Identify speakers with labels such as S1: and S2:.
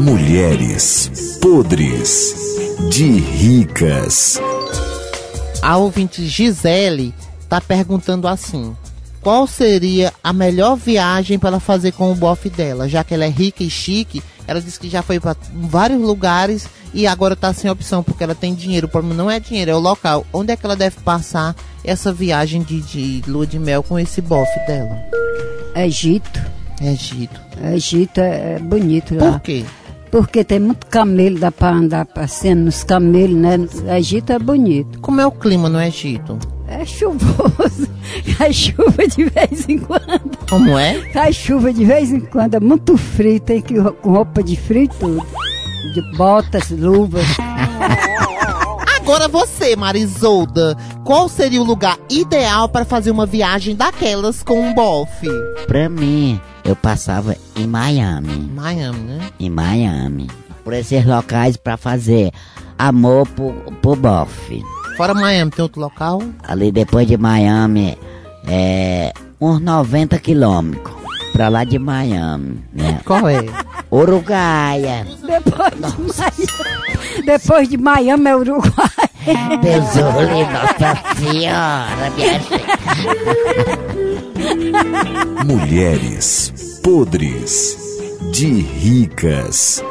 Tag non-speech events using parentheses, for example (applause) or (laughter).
S1: Mulheres podres de ricas.
S2: A ouvinte Gisele tá perguntando assim: qual seria a melhor viagem para ela fazer com o bofe dela? Já que ela é rica e chique, ela disse que já foi para vários lugares e agora tá sem opção porque ela tem dinheiro. O problema não é dinheiro, é o local. Onde é que ela deve passar essa viagem de, de lua de mel com esse bofe dela?
S3: Egito.
S2: Egito.
S3: Egito é, é bonito lá.
S2: Por quê?
S3: Porque tem muito camelo, dá para andar passeando nos camelos, né? Egito é bonito.
S2: Como é o clima no Egito?
S3: É chuvoso. (laughs) Cai chuva de vez em quando.
S2: Como é?
S3: Cai chuva de vez em quando. É muito frio, tem que ir com roupa de frio e tudo. De botas, luvas.
S2: Agora você, Marisolda, qual seria o lugar ideal para fazer uma viagem daquelas com um bofe?
S4: Pra mim, eu passava em Miami.
S2: Miami, né?
S4: Em Miami. Por esses locais pra fazer amor pro, pro bofe.
S2: Fora Miami, tem outro local?
S4: Ali depois de Miami, é uns 90 quilômetros. Pra lá de Miami, né?
S2: Qual é?
S4: Uruguaia. (laughs)
S3: Depois de Miami, depois de Miami é Uruguai.
S4: Tesouro, Nossa Senhora, minha gente.
S1: Mulheres podres de ricas.